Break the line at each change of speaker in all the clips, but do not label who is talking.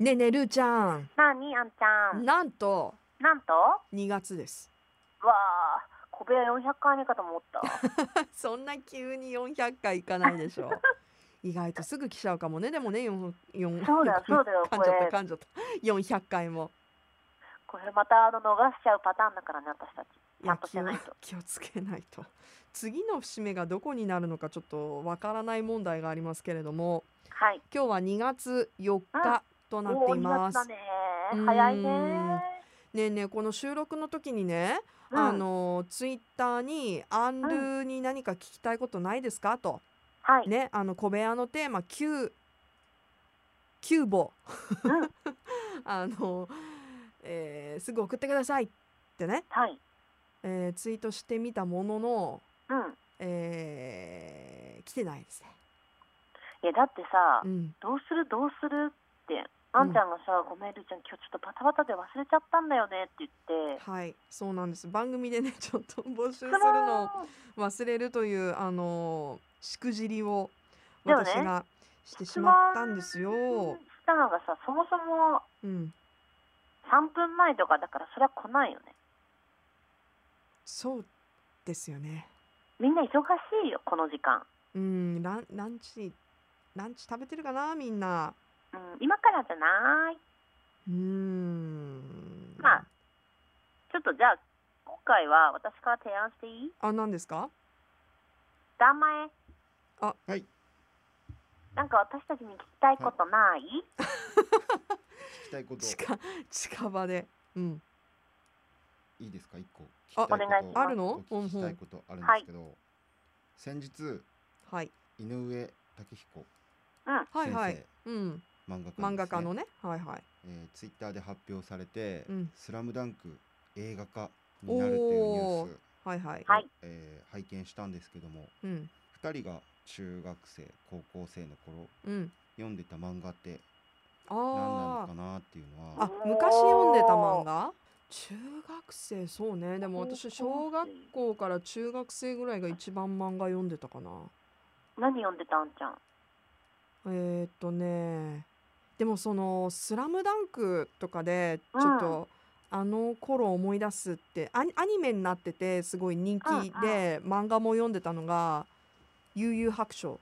ねえねえるーちゃん
なにあんちゃん。
なんと
なんと。
2月です
わあ。小部屋400回目かと思った。
そんな急に400回行かないでし ょ意外とすぐ来ちゃうかもねでもね4 4
そうだよそうだよ
噛んじゃっ
これ
た噛んじゃった400回も
これまたあの逃しちゃうパターンだからね、私たち。
い
ちゃ
や気を
んとしてないと。
気をつけないと次の節目がどこになるのかちょっとわからない問題がありますけれども
はい。
今日は2月4
うん
日となっ
お
て
お、
い
2
ま
月
す
だね
うー。ん
早いね。
ねえねえこの収録の時にね、
うん
あのツイッターにアンルーに何か聞きたいことないですかと
はい。
ねあの小部屋のテーマ9キューボ
うん
あの、えーすぐ送ってくださいってね、
はい。
えーツイートしてみたものの、
うん。
えー来てないですね。
いや、だってさ
う、ん、
どうする、どうするって。あんちゃんがさ、ごめん、るーちゃん、今日ちょっとバタバタで忘れちゃったんだよねって言って。
はいそうなんです番組でね ちょっと募集す
す
る
ま
のを
ーん
忘れるというあのしくじりを
でもね
私がしてしまったんですよ。
したのがさ、そもそも
うん、
3分前とかだから、それは来ないよね。
そうですよね。
みんな忙しいよ、この時間。
うん、ランランチランチ食べてるかなみんな。
うん、今からじゃない。
うーん。
まあちょっとじゃあ、今回は私から提案していい
あ、何ですか？
名前、
あ、
はい、
なんか私たちに聞きたいことない、
聞きたいこと
近近場で。うん。
いいですか一個
あ
聞きたい
お願いしま
こと
す
あるの
お聞きしたいことあるんですけど、先日
はい。
井上武彦
はいは
先
い。うん。
漫画家ですね
漫画家のね。はいはい。
えーツイッターで発表されて、
うん
スラムダンク映画化になるというニュースを、
はいはい。
はい
えー拝見したんですけども
うん
2人が中学生高校生の頃
うん。
読んでた漫画って何なの
あ
かなっていうの
あ。あ
は、
昔読んでた漫画？中学生そうね。でも私
高
小
校
学校から中学生ぐらいが一番漫画読んでたかな。
何読んでたんちゃん。
えーっとねでもその「スラムダンクとかでちょっと、あの頃思い出すってアニアニメになっててすごい人気で、漫画も読んでたのが「悠々白書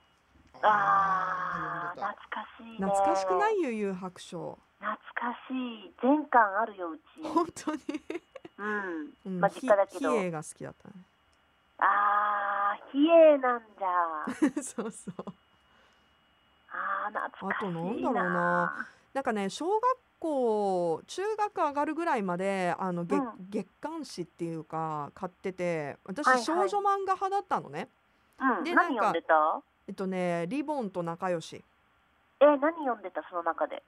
ああ、
読んで
懐かしい、ね。」
懐かしくない悠々白書
懐かしい。全巻あるよ、うち。
本 当に、
うん。
うん
まあ実家だけど
ひ比叡が好きだった ね
ああ、比叡なんじゃ。
そうそう
ああ、懐かしいな。
あとなんだろうな。なんかね小学校中学上がるぐらいまであの月,、
うん
月刊誌っていうか買ってて私、
はいはい
少女漫画派だったのね
うん、
で
何
なんか
読んでた
えっとね、リボンと仲良し。
え、何読んでた、その中で。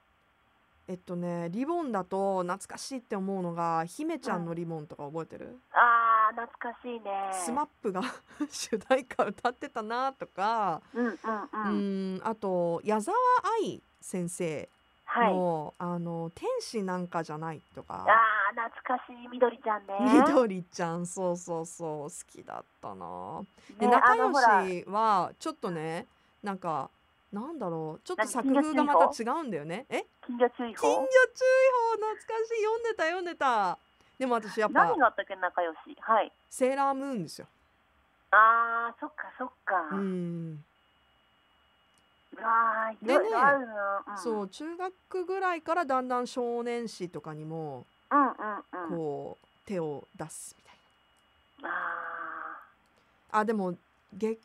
えっとね、リボンだと懐かしいって思うのが、姫ちゃんのリボンとか覚えてる、
ああ、懐かしいね。
スマップが 主題歌歌ってたなとか、
うんう
う
んうん。
ーん、あと、矢沢愛先生
はい。
の、あの、天使なんかじゃないとか、
ああ、懐かしい、みどりちゃんね。
緑ちゃん、そうそうそう、好きだったな。で、
ね
仲
あのほら
良しは、ちょっとね、なんか、なんだろう、ちょっと
何
作風がまた違うんだよね。え
金魚注意
金魚
報
注意報懐かしい読んでた読んでたでも私やっぱ
何があったっけ仲良しはい
セーラームーンですよ
あーそっかそっか、
う
うんわーいろいろあるな、うん、
そう中学ぐらいからだんだん少年誌とかにも
うんうんうん
こう手を出すみたい
あ
なあでも月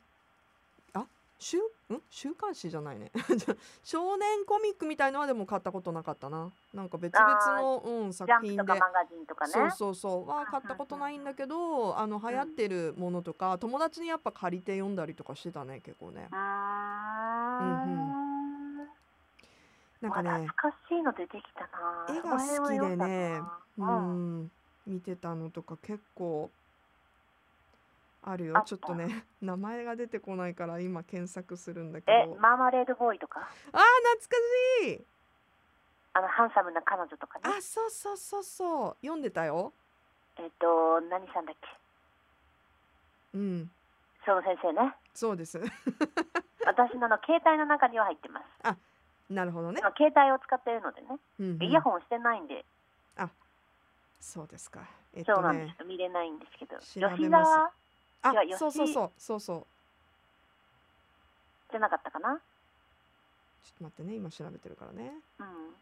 あ週ん週刊誌じゃないね 少年コミックみたいのはでも買ったことなかったななんか別々の、うん、
ー
作
ジャン
品で
プとかマガジンとかね
そうそうそうは買ったことないんだけどあの流行ってるものとか友達にやっぱ借りて読んだりとかしてたね結構ね
うーん
なんか
わ
ね
懐かしいの出てきたな
絵が好きでねう
うん、
ん見てたのとか結構ある
あ
よ
った
ちょっとね 名前が出てこないから今検索するんだけどあー
え
懐か
マーマレードボーイとか
しい
あのハンサムな彼女とかね
あそうそうそうそう読んでたよ
えっ、と何さんだっけ
うん
その先生ね
そうです
私のあの携帯の中には入ってます
なるほどね
ま。あ携帯を使っているのでね、
うんうん
イヤホンしてないんで、
そうですか。えっ
そう
と
なんで
ね
す、。見れないんですけど、吉
調べます
沢
あ
いや、
そうそう
吉
そうそうそう。
じゃなかったか
ちょっ
な。
と待ってね、今調べてるからね。
うん。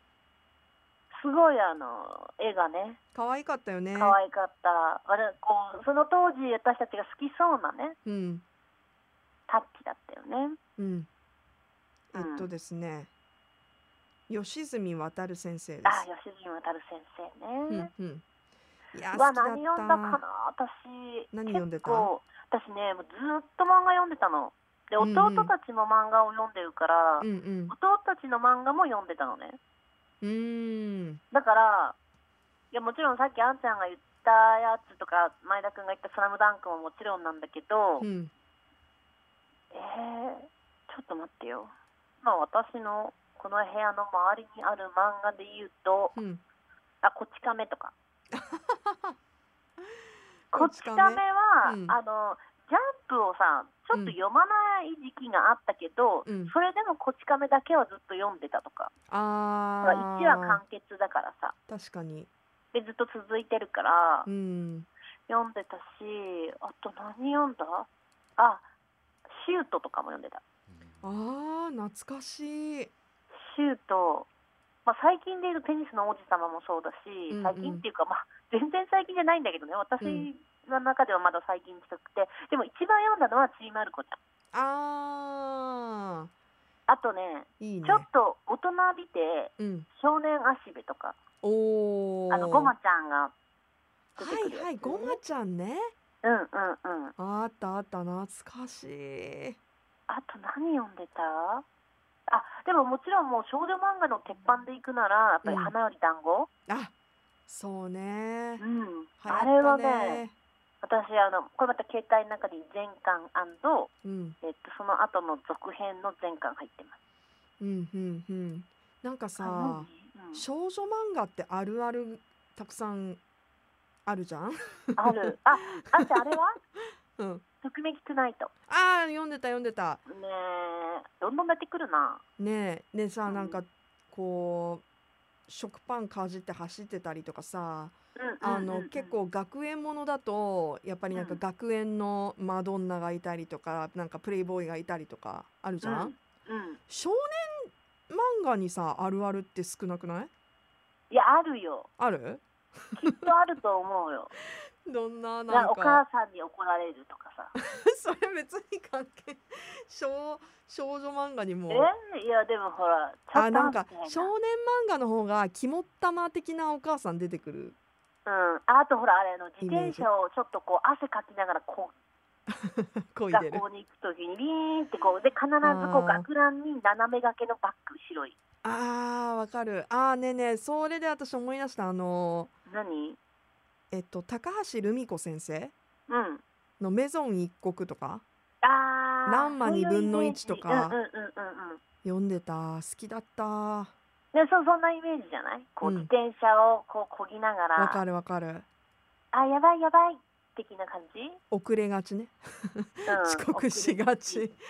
すごいあの絵がね
可愛かったよね。
可愛かった、あれこうその当時私たちが好きそうなね
うん
タッチだったよね
うん。え
うん
っとですね。吉住渡先生で
あ
す。
吉純渡先生
う
ね
ん、うん。いや、
う
好
わ
きだっ
何読んだかな
た。
私
何読んでた
結構私ねもうずっと漫画読んでたので
うんうん
弟たちも漫画を読んでるから、
うんうん。
弟たちの漫画も読んでたのね
うーん。
だからいやもちろんさっきあんちゃんが言ったやつとか前田君が言った「スラムダンクももちろんなんだけど、
うん。
えー、ちょっと待ってよ今私のこの部屋の周りにある漫画で言うと
うん。
「あこち亀」とかこ
こ
ち
ち
亀
亀
は、
うん
あのジャンプをさちょっと読まない時期があったけど、
うん
それでも「こち亀」だけはずっと読んでたとか
あ
1話
あ
完。結だからさ
確かに。
でずっと続いてるから、
うん。
読んでたしあと何読んだあシュートとかも読んでた
ああ、懐かしい。
シュート、まあ、最近でいうとテニスの王子様もそうだし、
うんうん
最近っていうか、まあ、全然最近じゃないんだけどね私
うん
の中ではまだ最近近くて、でも一番読んだのはちーまる子ちゃん
ああ。
あとね
いいね
ち。ょっと大人びて
うん。
少年足部とか
おお。
あのゴマちゃんが出てく
は
る
い
やつ
はい、ごまちゃんね。
うんうんうん
あったあった、懐かしい。
あと何読んでたあでももちろんもう少女漫画の鉄板でいくならやっぱり
うん
花より団子、
あ、そうね。
う
流
ん
行った
あれはね。私あのこれまた携帯の中に全巻
うん、
えっと、その後の続編の全巻入ってます。
うん、うん、うん。なんかさ
あ、何
少女漫画ってあるあるたくさんあるじゃん。
うんある。 あ、あんたあれは
うん。
ときめきトゥナイト。
ああ、読んでた読んでた。
ねえ、どんどん出てくるな。
ねえ、ねさ、
うん
なんかこう食パンかじって走ってたりとかさ、
うん
あの結。構学園ものだとやっぱりなんか
うん
学園のマドンナがいたりとか、なんかプレイボーイがいたりとかあるじ
うんう
ゃ
ん
ん。
うん。
少年漫画にさあるあるって少なくない
いや、あるよ。
ある
きっとあると思うよ。
どんな
な
なんん
かお
か
母さんに怒られるとかさ。
それ別に関係少少女漫画にも
えいや、でもほら、ちょっと
あなんか
みたい
少年漫画の方が肝っ玉的なお母さん出てくる
うん。あとほら、あれあの、自
イメ
転
ージ
車をちょっとこう、汗かきながらこう、
こいで
学
る
校に行くときに、ビーンってこう、で、必ずこう、
あー
学ランに斜め掛けのバッグ、白い。
あーわかるあーねえねえそれで私思い出したあの
何
えっと高橋留美子先生
うん。
の「メゾン一国」とか
あー
何万二分の一
そういうイメージ
とか
うんうんうんうんうん
読んでた好きだったわ
でそうそんなイメージじゃないこう
うん
自転車をこうこぎながら、
かるわかる
あやばいやばい的な感じ、う
遅れがちね
ん
遅刻しがち。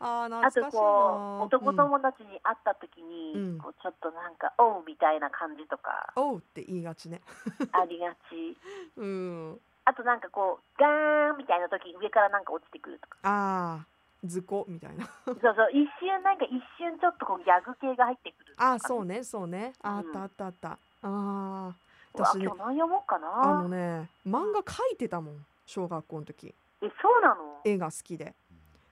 ああ、
あと
懐かしいな。
こう男友達に会った時に、
うん
こうちょっとなんか「おう」みたいな感じとか
うん、おうって言いがちね。
ありがち
うん。
あとなんかこうガーンみたいな時に上からなんか落ちてくるとか
ああ、図工みたいな。
そうそう一瞬なんか一瞬ちょっとこうギャグ系が入ってくるとか
ああ、そうね、そうね。あ
うん
ったあったあった。あ
うわ
私ね
今日何読もうか
あ、あの
な、
ね、漫画描いてたもん。小学校の時、
えそうなの
絵が好きで。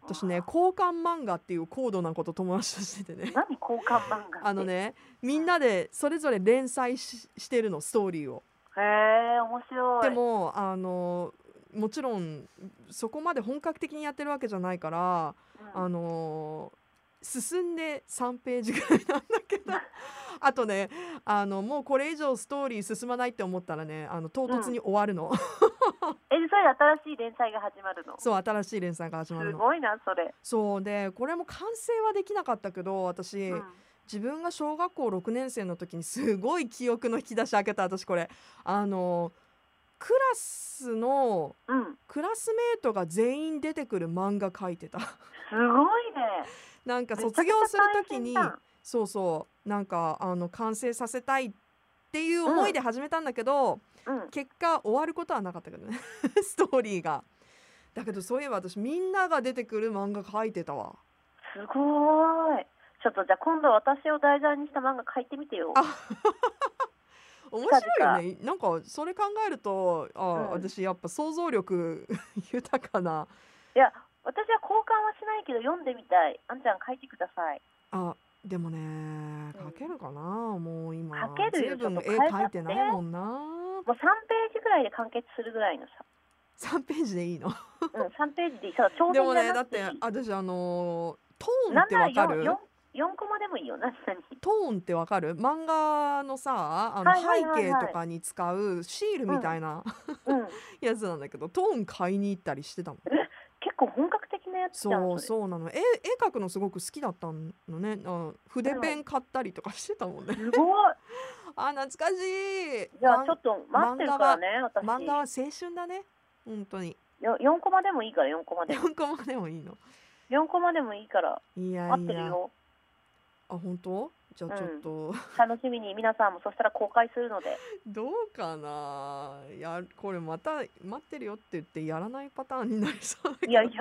私ね、交換漫画っていう高度なこと友達としてて ね。
何交換漫画って
あのね、みんなでそれぞれ連載ししてるの、ストーリーを。
へえ面白い
でもあのもちろんそこまで本格的にやってるわけじゃないから、
うん
あの進んで3ページぐらいなんだけ どあとねあのもうこれ以上ストーリー進まないって思ったらねあの唐突に終わるの、
えそれで新しい連載が始まるの す
そう新しい連載が始まるの。
ごいなそれ、
そうでこれも完成はできなかったけど私、
うん
自分が小学校6年生の時にすごい記憶の引き出し開けた私これあのクラスの
うん、
クラスメートが全員出てくる漫画描いてた
すごいね
なんか
めちゃくちゃ
卒業するときに
大変だ
そうそうなんかあの完成させたいっていう思いで始めたんだけど、
うん
結果終わることはなかったけどね ストーリーがだけどそういえば私みんなが出てくる漫画書いてたわ
すごーいちょっとじゃあ今度私を題材にした漫画書いてみてよ
あ面白いよねなんかそれ考えるとあ、
うん
私やっぱ想像力 豊かない
や私は交換はしないけど読んでみたいあんちゃん書いてください
あでもね書けるかな、もう今
書けるよ
随分
ちょっと
絵
変えちゃ
描いてないもんな
もう3ページぐらいで完結するぐらいのさ、
3ページでいいの
うん、3ページでいいさちょう
で
どい
も
いな
ねだって
な
私あのートーン
な
っ
ん
て
なら
わかる
4, 4, コマでもいいよ何何
トーンってわかる漫画のさあの
はいはいはい
背
はい
景とかに使うシールみたいな
うん
やつなんだけど、トーン買いに行ったりしてたもん
結構本格的なやつじゃん
そう
それ
そうなの絵絵描くのすごく好きだったのねあの筆ペン買ったりとかしてたもんね、
すごい
あ懐かしい
じゃ
ま
あちょっと待ってるからね私
漫画は青春だね本当 に
よ4コマでもいいから4コマでも
4コマでもいいの
4コマでもいいから
いや
待っ
い
てる
や
よ
あ本当じゃあちょっと、
楽しみに皆さんもそしたら公開するので
どうかなやるこれまた待ってるよって言ってやらないパターンになりそうだけど
いやいや書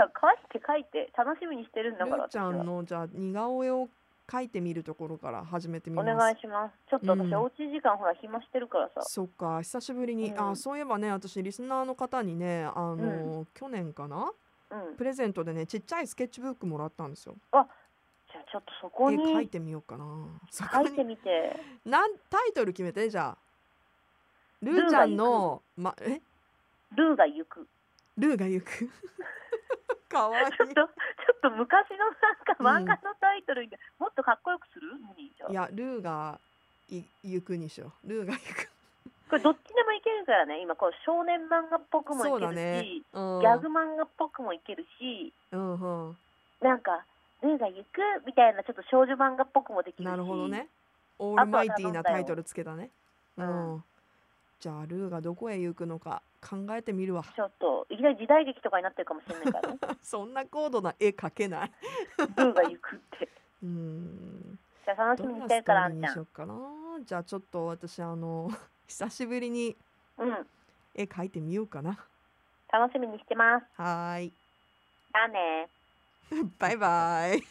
いて書いて楽しみにしてるんだ
ル
から
ーちゃ
私は
んのじゃあ似顔絵を描いてみるところから始めてみ
お
ます
願いしますちょっと私、
うん
おうち時間ほら暇してるからさ
そっか久しぶりに、
うん
あそういえばね私リスナーの方にねあの、去年かな
うん
プレゼントでねちっちゃいスケッチブックもらったんですよ
じゃあちょっとそ
絵
こに
描いてみようかなそ
書
こ
いて
に
みて
なんタイトル決めてじゃあルーちゃんのまえ
ルーが行く
ルーが行 くかわい
ちょっとちょっと昔のなんか漫画のタイトルに、もっとかっこよくする何じゃあ
いいやルーがい行くにしようルーが行く
これどっちでもいけるからね今こう少年漫画っぽくも
そう
いけ
だ
るし、
ねうん
ギャグ漫画っぽくもいけるし
うんうん
なんか「ルーが行く」みたいなちょっと少女漫画っぽくもできるし
なるほどねオールマイティーなタイトルつけたねう
あとはなんだよ
んじゃあルーがどこへ行くのか考えてみるわ
ちょっといきなり時代劇とかになってるかもしれないからね
そんな高度な絵描けない
「ルーが行く」って
うん
じゃあ楽し
ど
み
んな
にし
ス
てる
ト
か
ー
らあ
リー
ん
に
ちゃ
しよ
ん
うかなじゃあちょっと私あの 久しぶりに
うん
絵描いてみようかな
楽しみにしてます
はーい
じゃあね
バイバイ